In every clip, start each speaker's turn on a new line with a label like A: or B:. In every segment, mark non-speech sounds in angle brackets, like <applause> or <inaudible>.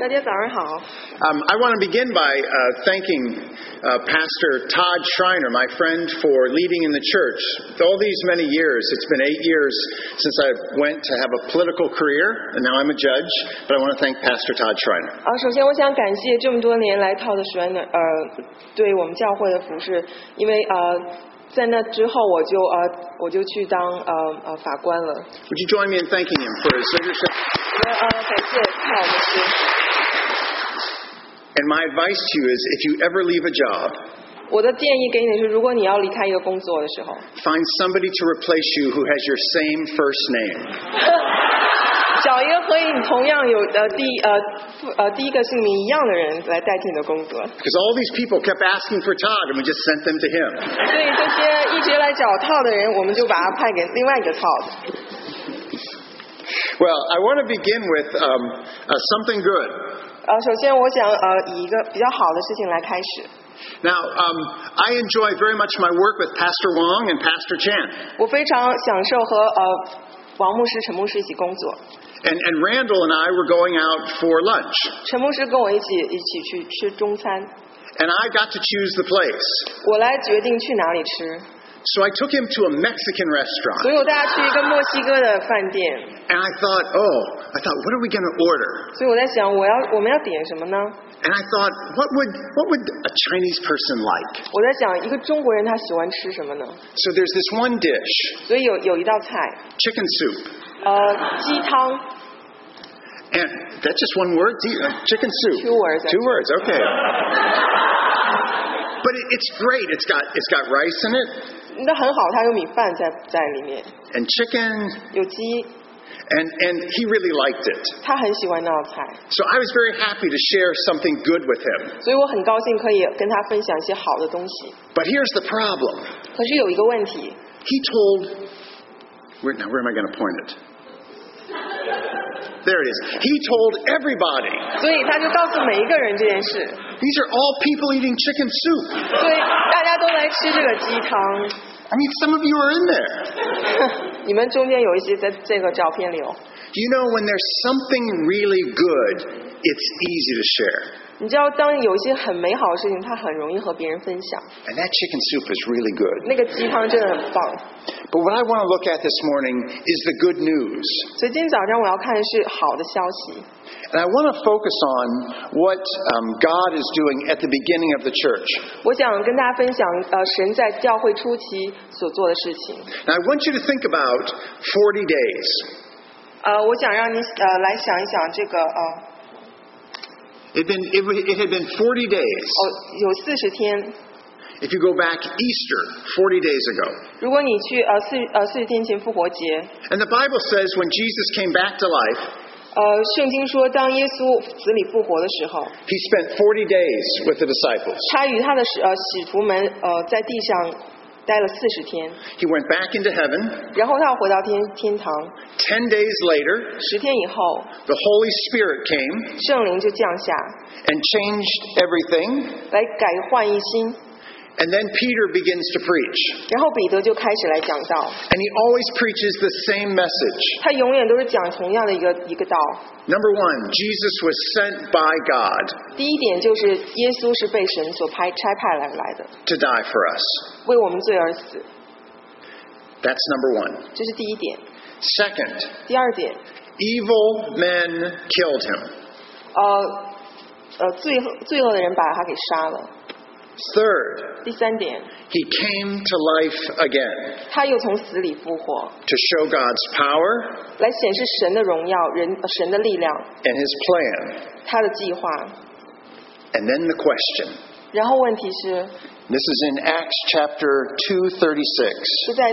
A: 大家早上好，啊
B: Um, I want to begin by uh, thanking uh, Pastor Todd Schreiner, my friend, for leading in the church. All these many years, it's been eight years since I went to have a political career, and now I'm a judge, but I want to thank Pastor Todd Schreiner.
A: 啊，首先我想感谢这么多年来套的学员的呃，对我们教会的服侍，因为呃，在那之后我就呃我就去当呃呃法官了，
B: Would you join me in thanking him for his leadership?
A: 那呃感谢套老师。
B: And my advice to you is if you ever leave a job,
A: 我的建议给你的是，如果你要离开一个工作的时候，
B: find somebody to replace you who has your same first name.
A: 找一个和你同样有呃第呃父呃第一个姓名一样的人来代替你的工作。
B: Because all these people kept asking for Todd, and we just sent them to him.
A: 所以这些一直来找套的人，我们就把他派给另外一个套的。
B: Well, I want to begin with um, uh, something good.
A: 呃，首先我想呃以一个比较好的事情来开始。
B: Now, um, I enjoy very much my work with Pastor Wong and Pastor Chan.
A: 我非常享受和呃王牧师、陈牧师一起工作。
B: And, and Randall and I were going out for lunch,
A: 陈牧师跟我一起一起去吃中餐，
B: and I got to choose the place.
A: 我来决定去哪里吃。
B: So I took him to a Mexican
A: 所
B: restaurant,
A: 以我带他去一个墨西哥的饭店。
B: and I thought, oh, I thought, what are we going to order?
A: 所以我在想，我要我们要点什么呢？
B: And I thought, what would, what would a Chinese person like?
A: 我在想，一个中国人他喜欢吃什么呢？
B: So there's this one dish,
A: 所以有有一道菜，
B: chicken soup.
A: 呃，鸡汤。
B: And that's just one word, Di- uh, chicken soup.
A: Two words,
B: Two words, okay. <laughs> but it, it's great. It's got it's got rice in it
A: 那很好，它有米饭在在里面，
B: and chicken,
A: 有鸡，
B: and and he really liked it.
A: 他很喜欢那道菜，
B: So I was very happy to share something good with him.
A: 所以我很高兴可以跟他分享一些好的东西。
B: But here's the problem.
A: 可是有一个问题，
B: He told. Where, now where am I going to point it? There it is. He told everybody.
A: 所以他就告诉每一个人这件事，
B: These are all people eating chicken soup.
A: 所以大家都来吃这个鸡汤。
B: I mean, some of you are in there.
A: 你们中间有一些在这个照片里哦，
B: You know, when there's something really good, it's easy to share.
A: 你知道，当有一些很美好的事情，它很容易和别人分享。
B: And that chicken soup is really good.
A: 那个鸡汤真的很棒。
B: But what I want to look at this morning is the good news.
A: 所以今天早上我要看的是好的消息，
B: And I want to focus on what um, God is doing at the beginning of the church.
A: 我想跟大家分享呃神在教会初期所做的事情。
B: Now, I want you to think about 40 days.
A: 呃，我想让你呃来想一想这个呃，哦，
B: It'd been, it, wa- it had been 40 days.
A: 有四十天。
B: If you go back Easter, 40 days ago.
A: 如果你去呃四呃四十天前复活节，
B: And the Bible says when Jesus came back to life,
A: 呃，圣经说当耶稣死里复活的时候，
B: he spent 40 days with the disciples.
A: 他与他的使呃使徒们呃在地上待了四十天，
B: He went back into heaven.
A: 然后他回到天天堂，
B: Ten days later,
A: 十天以后
B: the Holy Spirit came
A: 圣灵就降下
B: and changed everything.
A: 来改换一新，
B: And then Peter begins to preach.
A: 然后彼得就开始来讲道，
B: And he always preaches the same message.
A: 他永远都是讲同样的一个一个道。
B: Number one, Jesus was sent by God
A: 第一点就是耶稣是被神所派差派来来的，
B: to die for us.
A: 为我们罪而死，
B: That's number one.
A: 这是第一点。
B: Second,
A: 第二点，
B: evil men killed him.
A: 呃呃，罪恶罪恶的人把他给杀了。
B: Third,
A: 第三点，
B: he came to life again
A: 他又从死里复活，
B: to show God's power
A: 来显示神的荣耀、人呃神的力量、
B: and his plan.
A: 他的计划。
B: And then the question.
A: 然后问题是，
B: This is in Acts chapter 236.
A: 是在呃《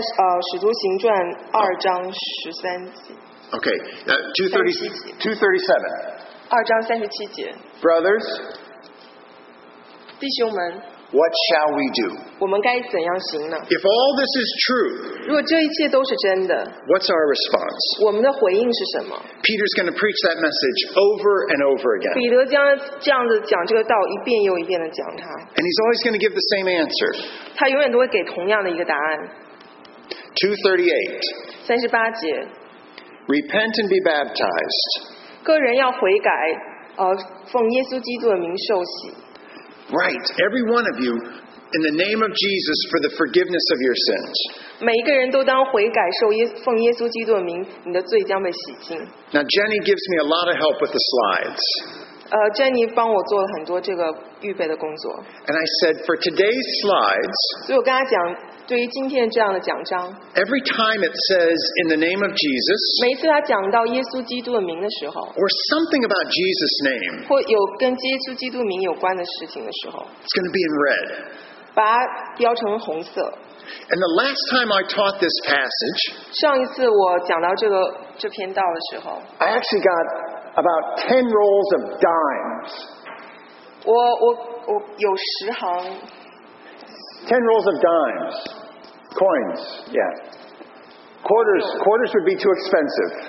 A: 使徒行传》二章十三节，
B: Okay, uh, 230, 237.
A: 二章三十七节，
B: Brothers,
A: 弟兄们，
B: what shall we do?
A: 我们该怎样行呢？
B: If all this is true,
A: 如果这一切都是真的，
B: what's our response?
A: 我们的回应是什么？
B: Peter's going to preach that message over and over again.
A: 彼得将这样子讲这个道一遍又一遍的讲他，
B: And he's always going to give the same answer.
A: 他永远都会给同样的一个答案。
B: 238.
A: 三十八节，
B: Repent and be baptized,
A: 个人要悔改，呃，奉耶稣基督的名受洗。
B: Right, every one of you, in the name of Jesus, for the forgiveness of your sins.
A: 每一个人都当悔改，受耶奉耶稣基督的名，你的罪将被洗净。
B: Now, Jenny gives me a lot of help with the slides.
A: 呃，Jenny 帮我做了很多这个预备的工作，
B: And I said, for today's slides,
A: 所以我跟他讲，对于今天这样的奖章，
B: every time it says in the name of Jesus,
A: 每一次他讲到耶稣基督的名的时候，
B: or something about Jesus' name,
A: 或有跟耶稣基督名有关的事情的时候，
B: it's going to be in red.
A: 把它标成红色。
B: And the last time I taught this passage,
A: 上一次我讲到这个这篇道的时候，
B: I actually got about 10 rolls of dimes.
A: 我我我有十行
B: 10 rolls of dimes. Coins, yeah. Quarters, quarters would be too expensive.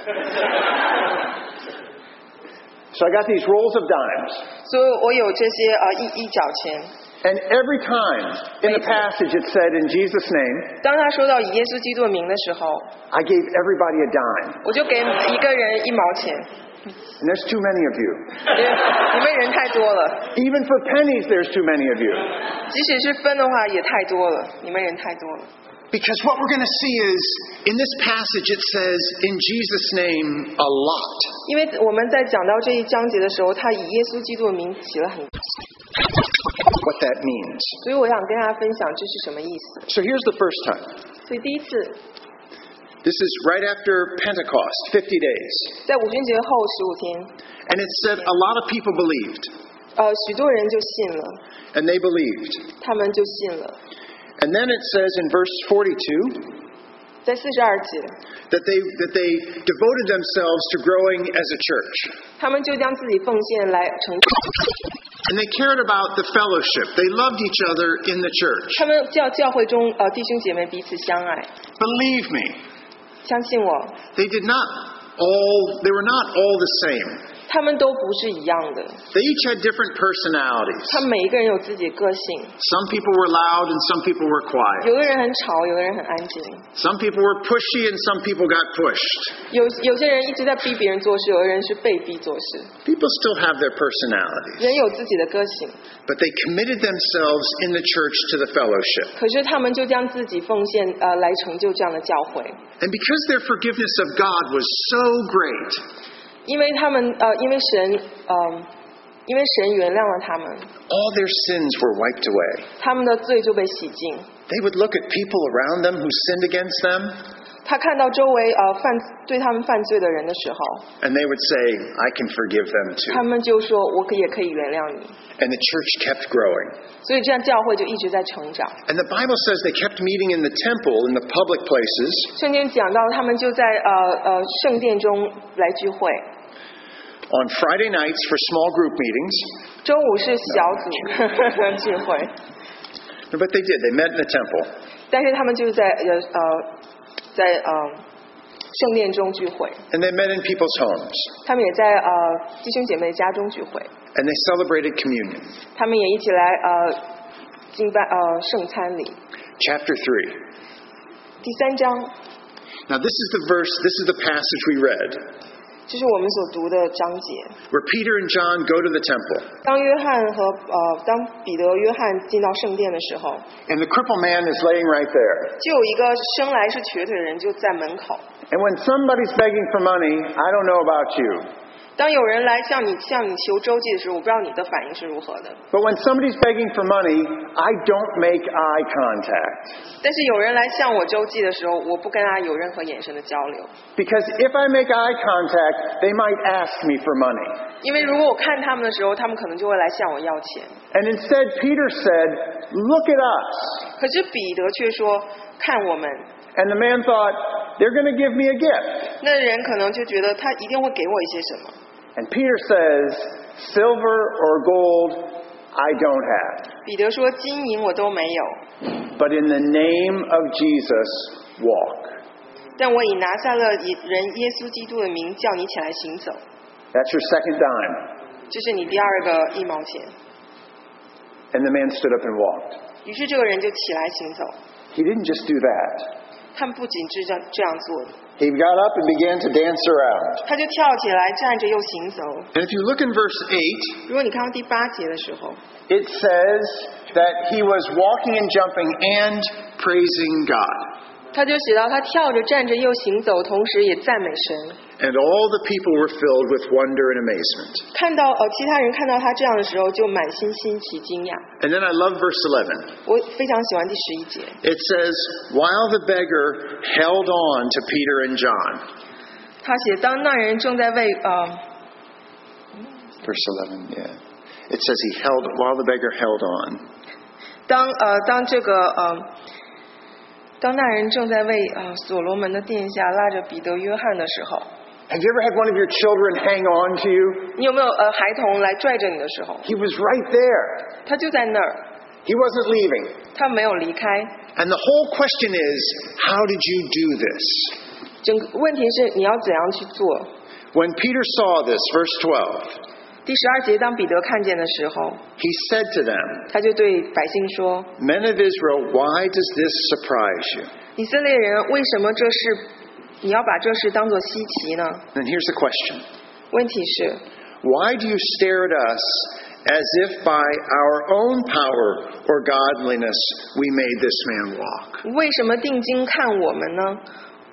B: so I got these rolls of dimes.
A: 所以我有这些呃一一角钱。
B: And every time in the passage it said, in Jesus' name,
A: 当他说到以耶稣基督的名的时候，
B: I gave everybody a dime.
A: 我就给一个人一毛钱，
B: And there's too many of you.
A: 因为你们人太多了，
B: Even for pennies, there's too many of you.
A: 即使是分的话也太多了，你们人太多了。
B: Because what we're going to see is, in this passage, it says, in Jesus' name, a lot.
A: 因为我们在讲到这一章节的时候，他以耶稣基督的名起了很，
B: What that means.
A: 所以我想跟大家分享这是什么意思。
B: So here's the first time.
A: 所以第一次
B: This is right after Pentecost, 50 days.
A: 在五旬节后十五天，
B: And it said a lot of people believed.
A: 呃，许多人就信了，
B: And they believed.
A: 他们就信了。
B: And then it says in verse 42,
A: 在四十二节，
B: that they that they devoted themselves to growing as a church.
A: 他们就将自己奉献来成，
B: And they cared about the fellowship. They loved each other in the church.
A: 他们教教会中呃弟兄姐妹彼此相爱，
B: Believe me,
A: 相信我，
B: they did not all they were not all the same.
A: 他们都不是一样的，
B: They each had different personalities.
A: 他们每一个人有自己的个性，
B: Some people were loud and some people were quiet.
A: 有的人很吵，有的人很安静，
B: Some people were pushy and some people got pushed.
A: 有有些人一直在逼别人做事，有的人是被逼做事，
B: People still have their
A: 人
B: personalities,
A: 有自己的个性，
B: but they committed themselves in the church to the fellowship.
A: 可是他们就将自己奉献呃来成就这样的教会，
B: And because their forgiveness of God was so great,
A: 因为他们呃因为神嗯、因为神原谅了他们，
B: all their sins were wiped away.
A: 他们的罪就被洗净。
B: They would look at people around them who sinned against them,
A: 他看到周围呃犯对他们犯罪的人的时候，
B: and they would say, I can forgive them
A: 他
B: too.
A: 们就说我可也可以原谅你，
B: And the church kept growing.
A: 所以这样教会就一直在成长。
B: And the Bible says they kept meeting in the temple, in the public places,
A: 圣经讲到他们就在呃呃圣殿中来聚会，
B: on Friday nights for small group meetings.
A: 周五是小组聚会，
B: But they did, they met in the temple.
A: 但是他们就是在呃呃在呃圣殿中聚会，
B: And they met in people's homes.
A: 他们也在呃弟兄姐妹家中聚会，
B: And they celebrated communion.
A: 他们也一起来呃敬拜呃圣餐礼。
B: Chapter 3.
A: 第三章
B: Now, this is the verse, this is the passage we read,
A: 这是我们所读的章节。
B: where Peter and John go to the temple.
A: 当约翰和呃当彼得、约翰进到圣殿的时候，
B: And the crippled man is laying right there.
A: 就有一个生来是瘸腿的人就在门口。
B: And when somebody's begging for money, I don't know about you,
A: 当有人来向你向你求周济的时候，我不知道你的反应是如何的。
B: but when somebody's begging for money, I don't make eye contact.
A: 但是有人来向我周济的时候，我不跟他有任何眼神的交流，
B: Because if I make eye contact, they might ask me for money.
A: 因为如果我看他们的时候，他们可能就会来向我要钱。
B: And instead, Peter said, Look at us.
A: 可是彼得却说：“看我们。
B: And the man thought, They're going to give me a gift. ”
A: 那人可能就觉得他一定会给我一些什么。
B: And Peter says, Silver or gold, I don't have.
A: 彼得说：“金银我都没有，
B: But in the name of Jesus, walk.
A: 但我已拿下了以人耶稣基督的名叫你起来行走。
B: That's your second dime. ”
A: 这是你第二个一毛钱。
B: And the man stood up and walked.
A: 于是这个人就起来行走。
B: He didn't just do that.
A: 他们不仅是这样这样做的，
C: He got up and began to dance around.
A: 他就跳起来，站着又行走。
B: And if you look in verse 8,
A: 如果你看到第八节的时候，
B: it says that he was walking and jumping and praising God.
A: 他就写到他跳着、站着又行走，同时也赞美神。
B: And all the people were filled with wonder and amazement.
A: 看到呃，其他人看到他这样的时候，就满心新奇、惊讶。
B: And then I love verse 11.
A: 我非常喜欢第十一节，
B: It says, While the beggar held on to Peter and John.
A: 他写当那人正在为呃
B: Verse 11, yeah. It says he held, while the beggar held on.
A: 当呃当这个呃当那人正在为呃所罗门的殿下拉着彼得、约翰的时候，
C: Have you ever had one of your children hang on to you?
A: 你有没有呃孩童来拽着你的时候，
C: He was right there.
A: 他就在那儿，
C: He wasn't leaving.
A: 他没有离开。
B: And the whole question is, how did you do this?
A: 整个问题是你要怎样去做？
B: When Peter saw this, verse 12,
A: 第十二节，当彼得看见的时候，
B: he said to them,
A: 他就对百姓说
B: Men of Israel, why does this surprise you?：“
A: 以色列人，为什么这事你要把这事当做稀奇呢？
B: Then here's the question
A: 问题是，
B: Why do you stare at us as if by our own power or godliness we made this man walk?
A: 为什么定睛看我们呢？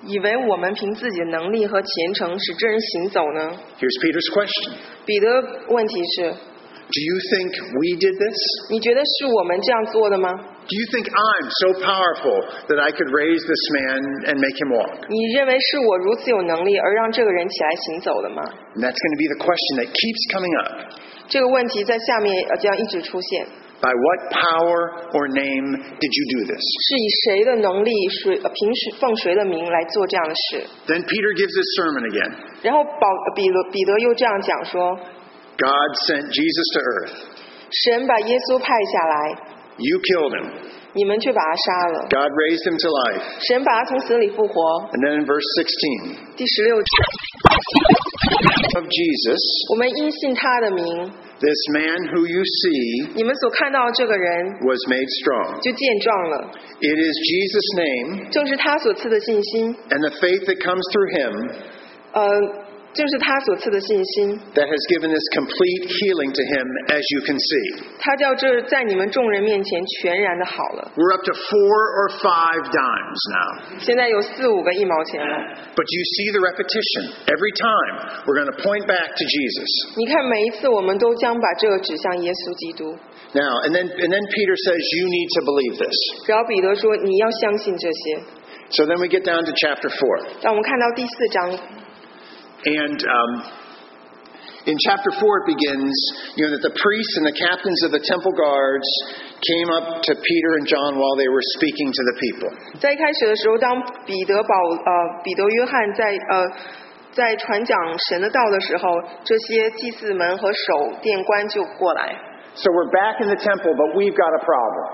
A: 以为我们凭自己的能力和虔诚使这人行走呢？”
B: Here's Peter's question
A: 彼得问题是：
B: Do you think we did this?
A: 你觉得是我们这样做的吗？
B: Do you think I'm so powerful that I could raise this man and make him walk?
A: 你认为是我如此有能力而让这个人起来行走的吗？
B: And that's going to be the question that keeps coming up.
A: 这个问题在下面呃这样一直出现：
B: By what power or name did you do this?
A: 是以谁的能力谁呃凭谁奉谁的名来做这样的事？
B: Then Peter gives his sermon again.
A: 然后保呃彼得彼得又这样讲说：
B: God sent Jesus to earth.
A: 神把耶稣派下来，
B: You killed him.
A: 你们却把他杀了。
B: God raised him to life.
A: 神把他从死里复活。
B: And then in verse 16
A: 第十六节，
B: of Jesus,
A: 我们因信他的名，
B: this man who you see
A: 你们所看到的这个人
B: was made strong.
A: 就健壮了，
B: It is Jesus' name
A: 正是他所赐的信心，
B: and the faith that comes through him
A: 呃，正是他所赐的信心，
B: that has given this complete healing to him, as you can see.
A: 他叫这在你们众人面前全然的好了。
B: We're up to four or five dimes now.
A: 现在有四五个一毛钱了，
B: But you see the repetition. Every time, we're going to point back to Jesus.
A: 你看每一次我们都将把这个指向耶稣基督。
B: Now, and then, and then Peter says, You need to believe this.
A: 然后彼得说：“你要相信这些。
B: So then we get down to chapter 4. ”
A: 让我们看到第四章
B: And um, in chapter 4, it begins you know, that the priests and the captains of the temple guards came up to Peter and John while they were speaking to the people.
A: 在一开始的时候，当彼得保呃彼得约翰在呃在传讲神的道的时候，这些祭司们和守殿官就过来。
C: So we're back in the temple, but we've got a problem.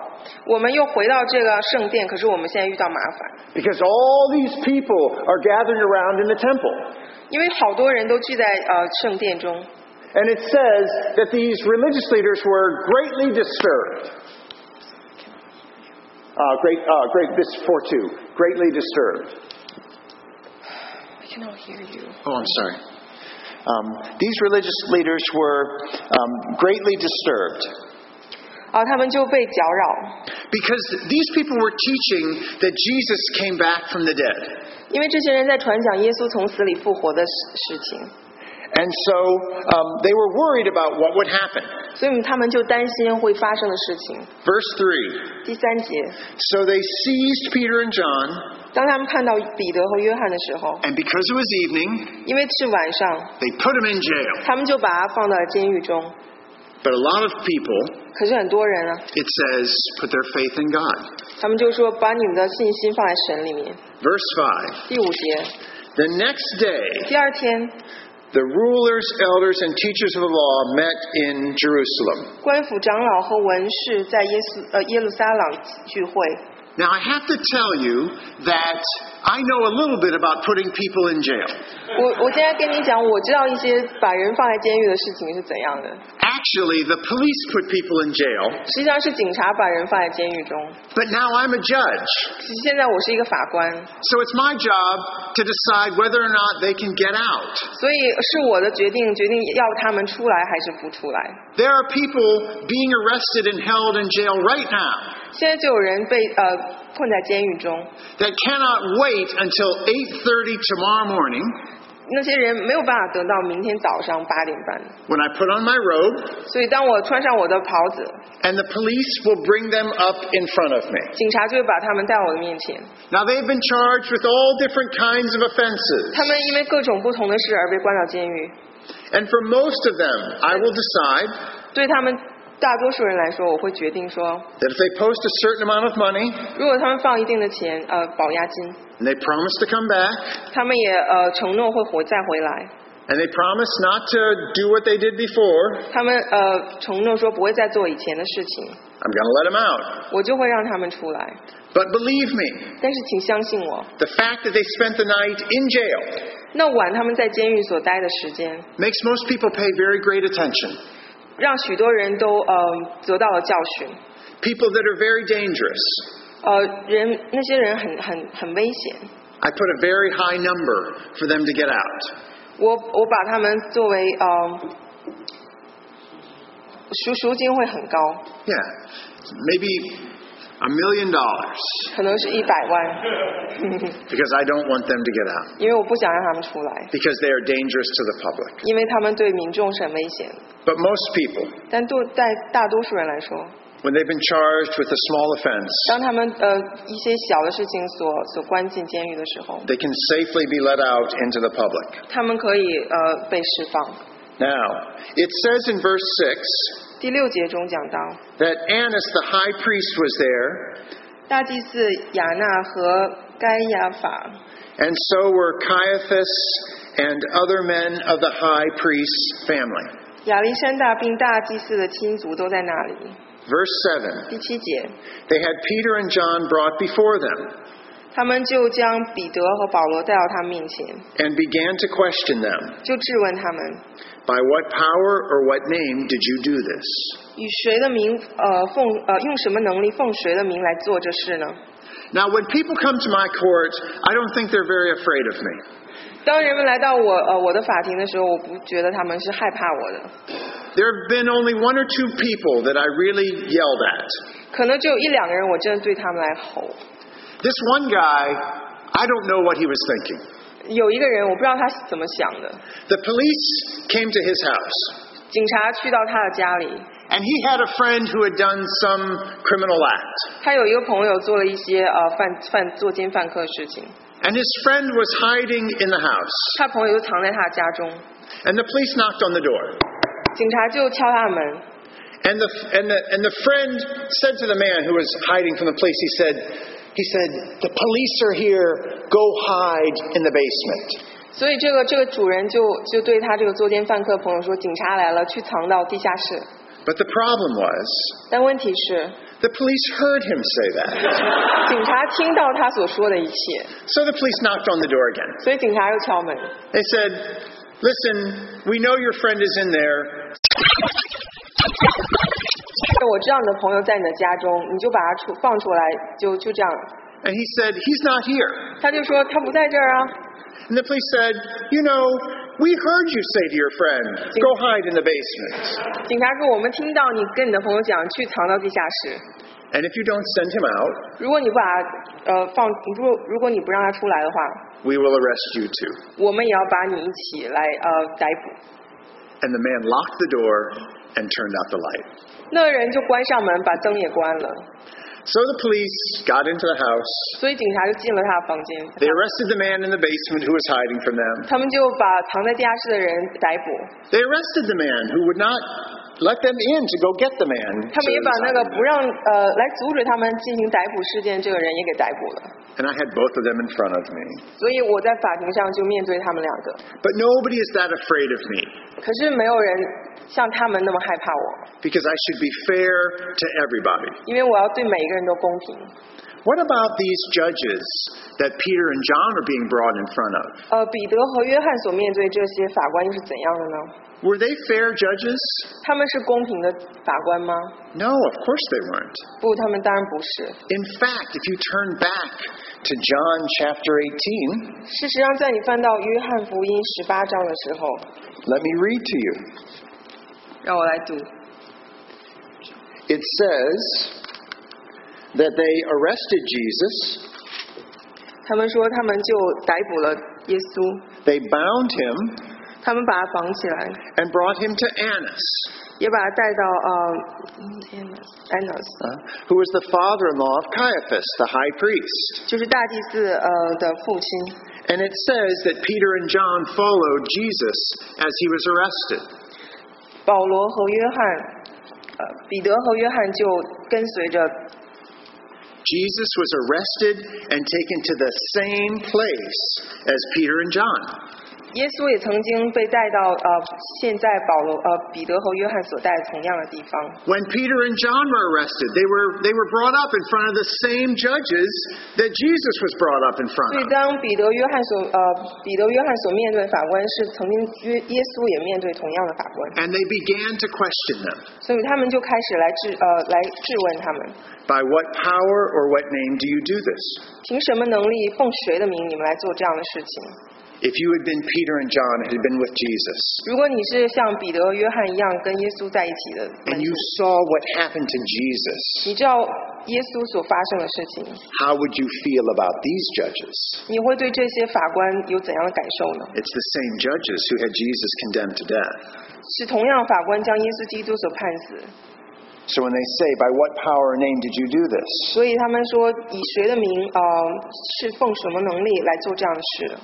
A: 我们又回到这个圣殿，可是我们现在遇到麻烦，
C: Because all these people are gathered around in the temple.
A: 因为好多人都聚在呃圣殿中。
C: And it says that these religious leaders were greatly disturbed. Uh, great, uh, great, this 4 2. Greatly disturbed.
A: I cannot hear you.
B: Oh, I'm sorry. Um, these religious leaders were um, greatly disturbed
A: 啊，他们就被搅扰，
B: because these people were teaching that Jesus came back from the dead.
A: 因为这些人在传讲耶稣从死里复活的事事情，
B: And so um, they were worried about what would happen.
A: 所以他们就担心会发生的事情。
B: Verse 3
A: 第三节，
B: So they seized Peter and John,
A: 当他们看到彼得和约翰的时候，
B: and because it was evening,
A: 因为是晚上，
B: They put him in jail.
A: 他们就把他放到了监狱中。
B: But a lot of people,
A: 可是很多人啊，
B: it says, put their faith in God.
A: 他们就说把你们的信心放在神里面。
B: Verse 5.
A: 第五节，
B: The next day,
A: 第二天，
B: the rulers, elders, and teachers of the law met in Jerusalem.
A: 官府长老和文士在耶稣呃耶路撒冷聚会。
B: Now, I have to tell you that I know a little bit about putting people in jail.
A: 我我现在跟你讲，我知道一些把人放在监狱的事情是怎样的。
B: Acts Actually, the police put people in jail,
A: 实际上是警察把人放在监狱中。
B: but now I'm a judge.
A: 现在我是一个法官，
B: So it's my job to decide whether or not they can get out.
A: 所以是我的决定，决定要他们出来还是不出来。
B: There are people being arrested and held in jail right now
A: 现在就有人被呃困在监狱中，
B: that cannot wait until 8:30 tomorrow morning
A: 那些人没有办法得到明天早上八点半。
B: when I put on my robe
A: 所以当我穿上我的袍子，
B: and the police will bring them up in front of me.
A: 警察就会把他们带到我的面前。
B: Now they've been charged with all different kinds of offenses.
A: 他们因为各种不同的事而被关到监狱。
B: And for most of them, I will decide
A: 对他们大多数人来说，我会决定说，
B: that if they post a certain amount of money
A: 如果他们放一定的钱，呃，保押金，
B: and they promise to come back
A: 他们也呃承诺会回再回来，
B: and they promise not to do what they did before,
A: 他们呃承诺说不会再做以前的事情，
B: I'm going to let them out.
A: 我就会让他们出来。
B: But believe me,
A: 但是请相信我，
B: the fact that they spent the night in jail
A: 哦那晚他们在监狱所待的时间，
B: makes most people pay very great attention.
A: 让许多人都呃得到了教训。
B: People that are very dangerous.
A: 呃，人那些人很很很危险，
B: I put a very high number for them to get out.
A: 我我把他们作为呃赎赎金会很高，
B: Yeah, maybe a million dollars
A: 可能是一百万， <laughs>
B: because I don't want them to get out.
A: 因为我不想让他们出来，
B: because they are dangerous to the public.
A: 因为他们对民众是很危险。
B: But most people,
A: 但对在大多数人来说，
B: when they've been charged with a small offense,
A: 当他们呃一些小的事情所所关进监狱的时候，
B: they can safely be let out into the public.
A: 他们可以呃被释放。
B: Now, it says in verse 6
A: 第六节中讲到，
B: that Annas the high priest was there,
A: 大祭司雅纳和该亚法，
B: and so were Caiaphas and other men of the high priest's family.
A: 亚历山大并大祭司的亲族都在那里。
B: Verse 7
A: 第七节，
B: They had Peter and John brought before them
A: 他们就将彼得和保罗带到他们面前，
B: and began to question them
A: 就质问他们：
B: By what power or what name did you do this?
A: 以谁的名呃奉呃用什么能力奉谁的名来做这事呢？
B: Now, when people come to my court, I don't think they're very afraid of me.
A: 当人们来到我呃我的法庭的时候，我不觉得他们是害怕我的，
B: There have been only one or two people that I really yelled at.
A: 可能只有一两个人，我真的对他们来吼。
B: This one guy, I don't know what he was thinking.
A: 有一个人，我不知道他是怎么想的。
B: The police came to his house,
A: 警察去到他的家里，
B: and he had a friend who had done some criminal act.
A: 他有一个朋友做了一些呃犯犯作奸犯科的事情，
B: And his friend was hiding in the house,
A: 他朋友就藏在他的家中，
B: and the police knocked on the door.
A: 警察就敲他的门，
B: And the, and the, and the friend said to the man who was hiding from the police, he said, he said, the police are here, go hide in the basement.
A: 所以这个这个主人就就对他这个作奸犯科的朋友说：“警察来了，去藏到地下室。
B: But the problem was, ”
A: 但问题是，
B: the police heard him say that.
A: 警察听到他所说的一切，
B: So the police knocked on the door again.
A: 所以警察又敲门。
B: They said, Listen, we know your friend is in there.
A: 我知道你的朋友在你的家中，你就把他出放出来，就就这样。
B: And he said, He's not here.
A: 他就说他不在这儿啊。
B: And the police said, You know, we heard you say to your friend, Go hide in the basement.
A: 警察说我们听到你跟你的朋友讲去藏到地下室，
B: And if you don't send him out,
A: 如果你把他呃放，如果如果你不让他出来的话，
B: we will arrest you too.
A: 我们也要把你一起来呃逮捕。
B: And the man locked the door and turned out the light.
A: 那个人就关上门，把灯也关了，
B: So the police got into the house.
A: 所以警察就进了他的房间，
B: They arrested the man in the basement who was hiding from them.
A: 他们就把藏在地下室的人逮捕，
B: They arrested the man who would not let them in to go get the man.
A: 他们也
B: So
A: 把
B: inside
A: 那个
B: the
A: 不让呃来阻止他们进行逮捕事件这个人也给逮捕了。
B: And I had both of them in front of me.
A: 所以我在法庭上就面对他们两个，
B: But nobody is that afraid of me
A: 可是没有人像他们那么害怕我，
B: because I should be fair to everybody.
A: 因为我要对每一个人都公平。
B: What about these judges that Peter and John are being brought in front of?
A: 呃，彼得和约翰所面对这些法官又是怎样的呢？
B: Were they fair judges?
A: 他们是公平的法官吗？
B: No, of course they weren't.
A: 不，他们当然不是。
B: In fact, if you turn back to John chapter 18,
A: 事实上，在你翻到约翰福音十八章的时候，
B: let me read to you.
A: 让我来读。
B: It says that they arrested Jesus,
A: 他们说他们就逮捕了耶稣，
B: they bound him,
A: 他们把他绑起来，
B: and brought him to Annas,
A: 也把他带到呃嗯天哪，Annas，
B: uh, who was the father in law of Caiaphas, the high priest.
A: 就是大祭司呃的父亲。
B: And it says that Peter and John followed Jesus as he was arrested.
A: 保罗和约翰，呃彼得和约翰就跟随着
B: Jesus was arrested and taken to the same place as Peter and John.
A: 耶稣，也曾经被带到呃现在保罗呃彼得和约翰所在同样的地方。
B: When Peter and John were arrested, they were, they were brought up in front of the same judges that Jesus was brought up in front
A: 所
B: of.
A: 以，当彼得、约翰所呃彼得、约翰所面对的法官是曾经约耶稣也面对同样的法官，
B: And they began to question them.
A: 所以他们就开始来质呃来质问他们，
B: By what power or what name do you do this?
A: 凭什么能力奉谁的名你们来做这样的事情？
B: If you had been Peter and John and had been with Jesus,
A: 如果你是像彼得、约翰一样跟耶稣在一起的门徒
B: and you saw what happened to Jesus,
A: 你知道耶稣所发生的事情，
B: how would you feel about these judges?
A: 你会对这些法官有怎样的感受呢？
B: It's the same judges who had Jesus condemned to death.
A: 是同样法官将耶稣基督所判死，
B: So when they say, By what power or name did you do this?
A: 所以他们说以谁的名呃是奉什么能力来做这样的事的？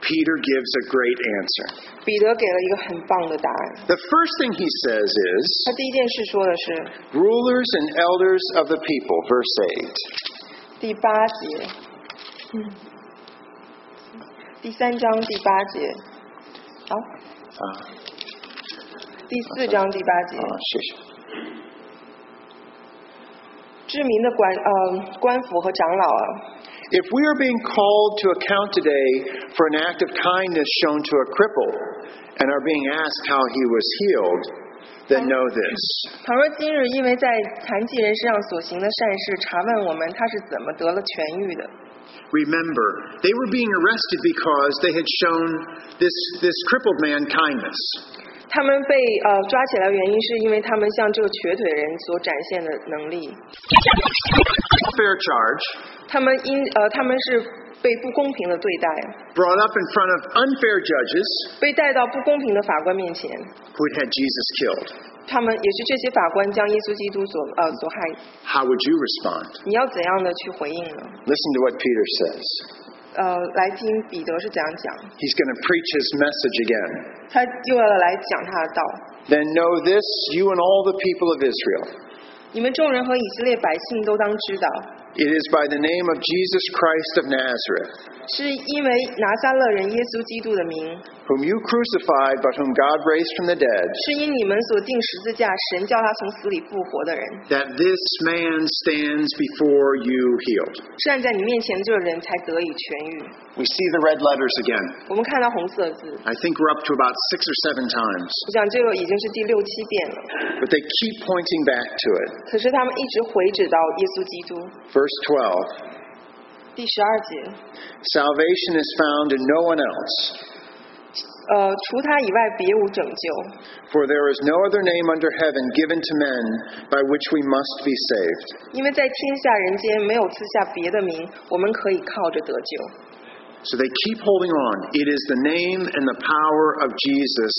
B: Peter gives a great answer.
A: 彼得给了一个很棒的答案。
B: The first thing he says is,
A: 他第一件事说的是
B: Rulers and elders of the people, verse 8.
A: 第八节，嗯，第三章第八节，好、
B: Ah,
A: 第四章第八节，
B: Oh, shush.
A: 知名的官呃官府和长老啊，
B: If we are being called to account today for an act of kindness shown to a cripple and are being asked how he was healed, then know this
A: 倘若今日因为在残疾人身上所行的善事，查问我们他是怎么得了痊愈的，
B: remember, they were being arrested because they had shown this, this crippled man kindness.
A: 他们被呃抓起来的原因是因为他们向这个瘸腿人所展现的能力，
B: Fair charge,
A: 他们因呃他们是被不公平的对待。
B: brought up in front of unfair judges
A: 被带到不公平的法官面前，
B: who had had Jesus killed.
A: 他们也是这些法官将耶稣基督所呃所害。
B: How would you respond?
A: 你要怎样的去回应呢？
B: Listen to what Peter says.
A: 呃，来听彼得是怎样讲，
B: He's going to preach his message again.
A: 他又要来讲他的道。
B: Then know this, you and all the people of Israel.
A: 你们众人和以色列百姓都当知道，
B: It is by the name of Jesus Christ of Nazareth,
A: 是因为拿撒勒人耶稣基督的名，
B: whom you crucified, but whom God raised from the dead,
A: 是因你们所定十字架，神叫他从死里复活的人，
B: that this man stands before you healed.
A: 站在你面前的这个人才得以痊愈。
B: We see the red letters again.
A: 我们看到红色的字，
B: I think we're up to about six or seven times,
A: 我想这个已经是第六七遍了，
B: but they keep pointing back to it.
A: 可是他们一直回指到耶稣基督。
B: Verse 12
A: 第十二节，
B: Salvation is found in no one else,
A: 呃，除他以外别无拯救，
B: for there is no other name under heaven given to men by which we must be saved.
A: 因为在天下人间没有赐下别的名，我们可以靠着得救。
B: So they keep holding on. It is the name and the power of Jesus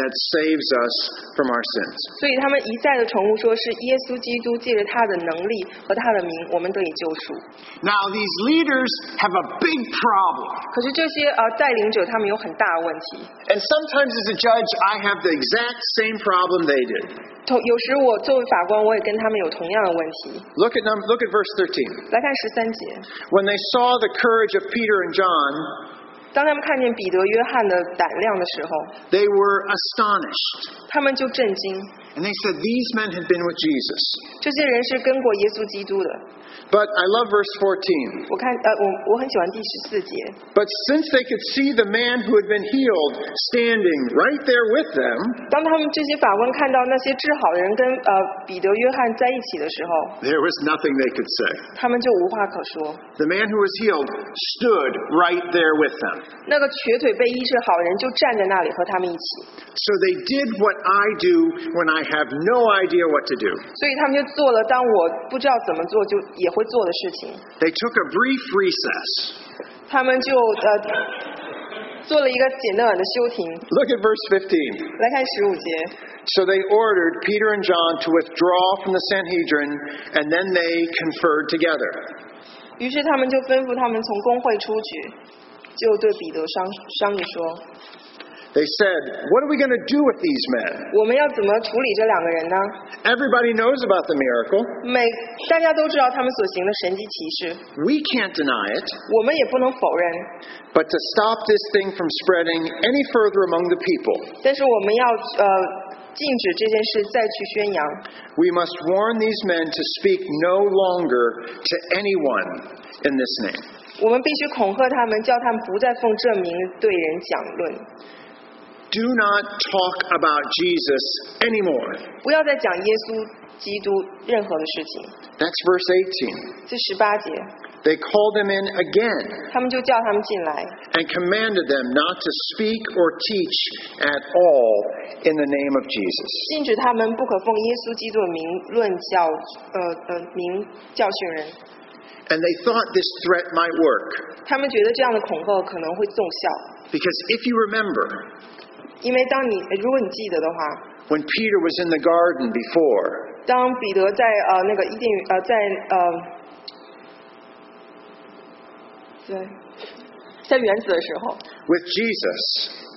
B: that saves us from our sins.
A: 所以他们一再的重复说是耶稣基督借着他的能力和他的名，我们得以救赎。
B: Now, these leaders have a big problem.
A: 可是这些呃带领者他们有很大的问题。
B: And sometimes, as a judge, I have the exact same problem they did.
A: 同有时我作为法官，我也跟他们有同样的问题。
B: Look at, num- look at verse 13.
A: 来看十三节，
B: When they saw the courage of Peter and John,
A: 当他们看见彼得、约翰的胆量的时候，
B: they were astonished.
A: 他们就震惊。
B: And they said, These men had been with Jesus.
A: 这些人是跟过耶稣基督的，
B: But I love verse 14.
A: 我看呃，我我很喜欢第十四节，
B: But since they could see the man who had been healed standing right there with them,
A: 当他们这些法官看到那些治好的人跟呃彼得、约翰在一起的时候，
B: there was nothing they could say.
A: 他们就无话可说。
B: The man who was healed stood right there with them.
A: 那个瘸腿被医治好的人就站在那里和他们一起，
B: So they did what I do when I have no idea what to do.
A: 所以他们就做了当我不知道怎么做就也会做的事情。
B: They took a brief recess.
A: 他们就呃做了一个简单的休庭。
B: Look at verse 15.
A: 来看十五节，
B: So they ordered Peter and John to withdraw from the Sanhedrin, and then they conferred together.
A: 于是他们就吩咐他们从工会出去，就对彼得商商议说
B: They said, What are we going to do with these men?：“
A: 我们要怎么处理这两个人呢？
B: Everybody knows about the miracle.
A: 每大家都知道他们所行的神迹奇事，
B: We can't deny it.
A: 我们也不能否认。
B: But to stop this thing from spreading any further among the people,
A: 但是我们要呃禁止这件事再去宣扬，
B: we must warn these men to speak no longer to anyone in this name.
A: 我们必须恐吓他们，叫他们不再奉这名对人讲论，
B: Do not talk about Jesus anymore.
A: 不要再讲耶稣基督任何的事情。
B: That's verse 18. ”
A: 这十八节，
B: They called them in again.
A: 他们就叫他们进来，
B: and commanded them not to speak or teach at all in the name of Jesus.
A: 禁止他们不可奉耶稣基督的名论教，呃呃名教训人。
B: And they thought this threat might work
A: 他们觉得这样的恐吓可能会奏效，
B: because if you remember,
A: 因为当你呃如果你记得的话，
B: when Peter was in the garden before,
A: 当彼得在呃那个伊甸园呃在呃对在园子的时候，
B: with Jesus,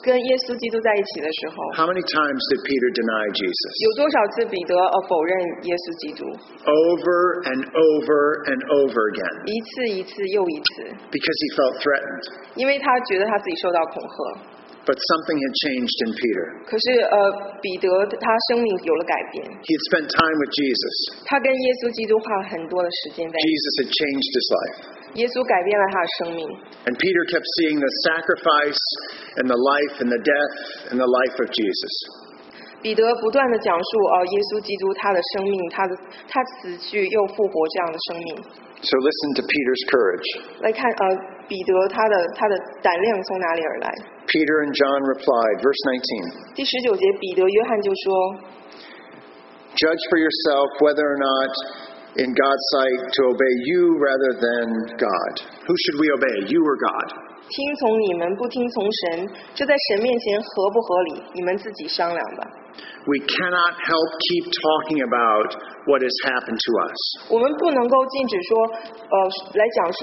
A: 跟耶稣基督在一起的时候，
B: how many times did Peter deny Jesus?
A: 有多少次彼得呃否认耶稣基督，
B: Over and over and over again
A: 一次一次又一次，
B: because he felt threatened.
A: 因为他觉得他自己受到恐吓。
B: But something had changed in Peter.
A: 可是呃，彼得他生命有了改变，
B: He had spent time with Jesus.
A: 他跟耶稣基督花了很多的时间在一
B: Jesus had changed his life.
A: 起，耶稣改变了他的生命。
B: And Peter kept seeing the sacrifice and the life and the death and the life of Jesus.
A: 彼得不断的讲述呃耶稣基督他的生命，他的他死去又复活这样的生命。
B: So listen to Peter's courage.
A: 来看呃，彼得他的他的胆量从哪里而来？
B: Peter and John replied, verse 19,
A: 第十九节，彼得约翰就说
B: Judge for yourself whether or not in God's sight to obey you rather than God. Who should we obey, you or God?：“
A: 听从你们，不听从神，这在神面前合不合理？你们自己商量吧。
B: We cannot help keep talking about what has happened to us.
A: 我们不能够禁止说，呃，来讲述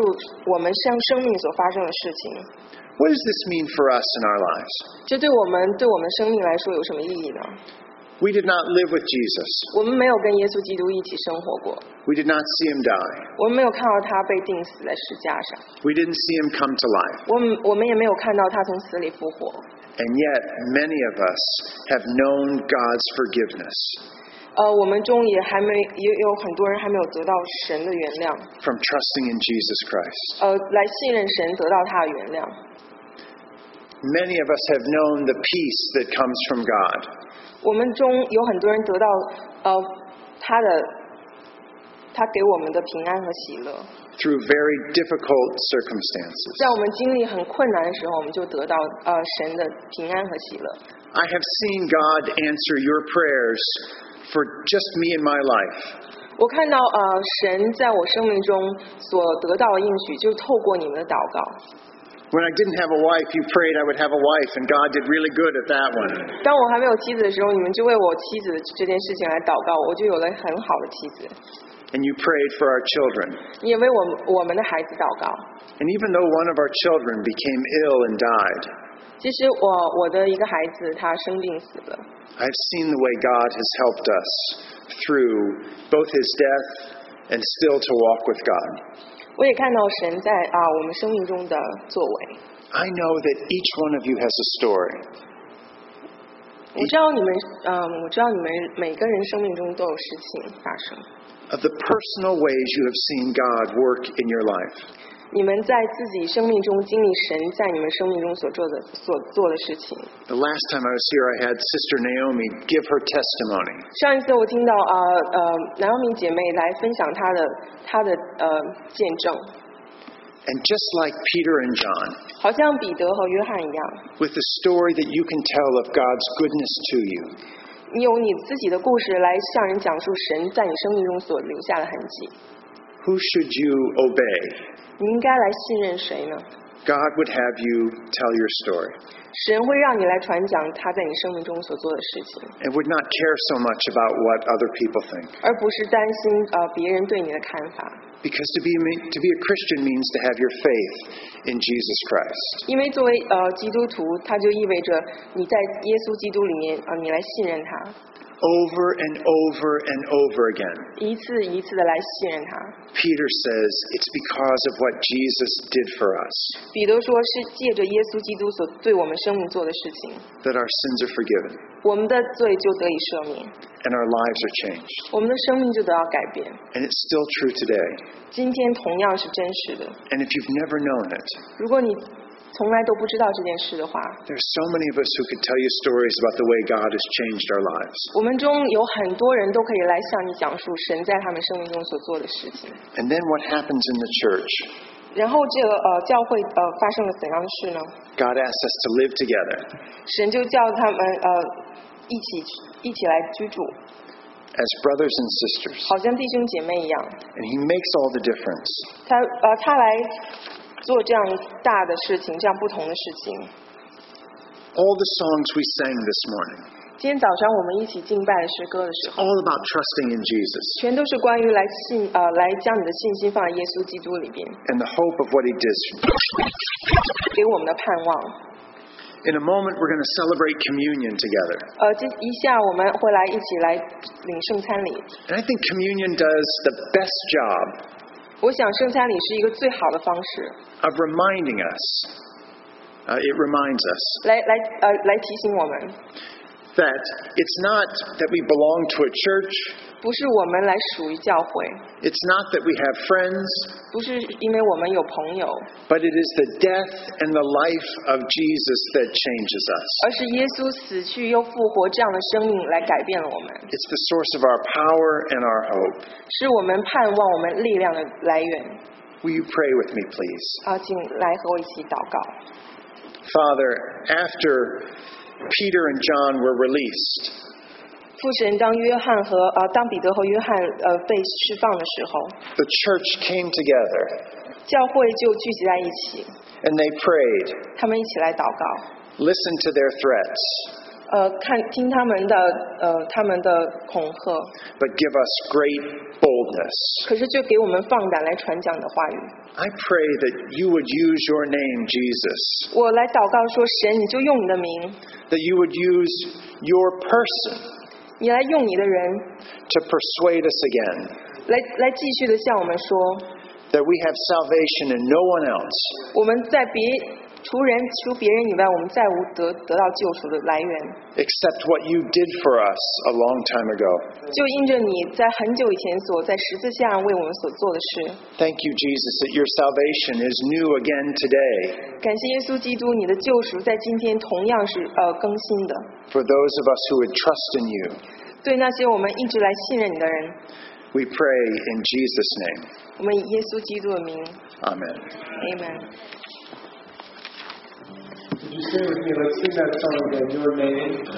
A: 我们生生命所发生的事情。
B: What does this mean for us in our lives?
A: 这对我们对我们生命来说有什么意义呢？
B: We did not live with Jesus.
A: 我们没有跟耶稣基督一起生活过，
B: We did not see him die.
A: 我们没有看到他被钉死在十架上，
B: We didn't see him come to life.
A: 我们我们也没有看到他从死里复活。
B: And yet, many of us have known God's forgiveness
A: 呃，我们中也还没也有很多人还没有得到神的原谅，
B: from trusting in Jesus Christ.
A: 呃，来信任神得到他的原谅。
B: Many of us have known the peace that comes from God.
A: 我们中有很多人得到呃他的他给我们的平安和喜乐，
B: Through very difficult circumstances.
A: 在我们经历很困难的时候，我们就得到呃神的平安和喜乐。
B: I have seen God answer your prayers for just me and my life.
A: 我看到呃神在我生命中所得到的应许，就是透过你们的祷告。
B: When I didn't have a wife, you prayed I would have a wife, and God did really good at that one.
A: 当我还没有妻子的时候，你们就为我妻子这件事情来祷告，我就有了很好的妻子。
B: And you prayed for our children.
A: 你也为我们我们的孩子祷告。
B: And even though one of our children became ill and died,
A: 其实我我的一个孩子他生病死了，
B: I've seen the way God has helped us through both his death and still to walk with God.
A: 我也看到神在啊我们生命中的作为。
B: I know that each one of you has a story.
A: 我知道你们，嗯，我知道你们每个人生命中都有事情发生。
B: of the personal ways you have seen God work in your life.
A: 你们在自己生命中经历神在你们生命中所做的所做的事情。
B: The last time I was here, I had Sister Naomi give her testimony.
A: 上一次我听到呃呃南欧米姐妹来分享她的她的呃见证，
B: And just like Peter and John,
A: 好像彼得和约翰一样，
B: with the story that you can tell of God's goodness to you,
A: 你有你自己的故事来向人讲述神在你生命中所留下的痕迹。
B: who should you obey?
A: 你应该来信任谁呢？
B: God would have you tell your story
A: 神会让你来传讲他在你生命中所做的事情，
B: and would not care so much about what other people think.
A: 而不是担心呃别人对你的看法。
B: Because to be, to be a Christian means to have your faith in Jesus Christ.
A: 因为作为呃基督徒，它就意味着你在耶稣基督里面啊、呃你来信任他，
B: Over and over and over again,
A: 一次一次的来信任他。
B: Peter says it's because of what Jesus did for us
A: 彼得说是借着耶稣基督所对我们生命做的事情，
B: that our sins are forgiven
A: 我们的罪就得以赦免，
B: and our lives are changed.
A: 我们的生命就得到改变。
B: And it's still true today.
A: 今天同样是真实的。
B: And if you've never known it,
A: 如果你从来都不知道这件事的话，
B: there's so many of us who could tell you stories about the way God has changed our lives.
A: 我们中有很多人都可以来向你讲述神在他们生命中所做的事情。
B: And then what happens in the church?
A: 然后这个呃教会呃发生了怎样的事呢？
B: God asks us to live together
A: 神就叫他们呃一起去一起来居住，
B: as brothers and sisters.
A: 好像弟兄姐妹一样。
B: And He makes all the difference.
A: 他呃他来做这样大的事情，这样不同的事情。
B: All the songs we sang this morning,
A: 今天早上我们一起敬拜的诗歌的时候，
B: all about trusting in Jesus
A: 全都是关于来信呃来将你的信心放在耶稣基督里边，
B: and the hope of what He did.
A: 给我们的盼望。
B: In a moment, we're going to celebrate communion together.
A: 呃，这一下我们会来一起来领圣餐礼。
B: And I think communion does the best job
A: 我想圣餐礼是一个最好的方式，
B: of reminding us. Uh, it reminds us
A: 来来呃来提醒我们，
B: that it's not that we belong to a church,
A: 不是我们来属于教会，
B: it's not that we have friends,
A: 不是因为我们有朋友，
B: but it is the death and the life of Jesus that changes us.
A: 而是耶稣死去又复活这样的生命来改变了我们，
B: It's the source of our power and our hope.
A: 是我们盼望我们力量的来源。
B: Will you pray with me, please?
A: 啊，请来和我一起祷告。
B: Father, after Peter and John were released,
A: 父神，当约翰和呃当彼得和约翰呃被释放的时候，
B: the church came together
A: 教会就聚集在一起，
B: and they prayed,
A: 他们一起来祷告。
B: listened to their threats,
A: 呃，看听他们的呃他们的恐吓，
B: but give us great boldness.
A: 可是就给我们放胆来传讲你的话语。
B: I pray that you would use your name, Jesus,
A: 我来祷告说，神，你就用你的名，
B: that you would use your person
A: 你来用你的人，
B: to persuade us again
A: 来来继续的向我们说，
B: that we have salvation in no one else,
A: 我们在别除人除别人以外，我们再无得得到救赎的来源，
B: except what you did for us a long time ago.
A: 就因着你在很久以前所在十字架上为我们所做的事。
B: Thank you, Jesus, that your salvation is new again today.
A: 感谢耶稣基督，你的救赎在今天同样是呃更新的，
B: for those of us who would trust in you.
A: 对那些我们一直来信任你的人，
B: We pray in Jesus' name.
A: 我们以耶稣基督的名
B: Amen.
A: ，Amen。
D: Would you sing with me? Let's sing that song again, Your Name.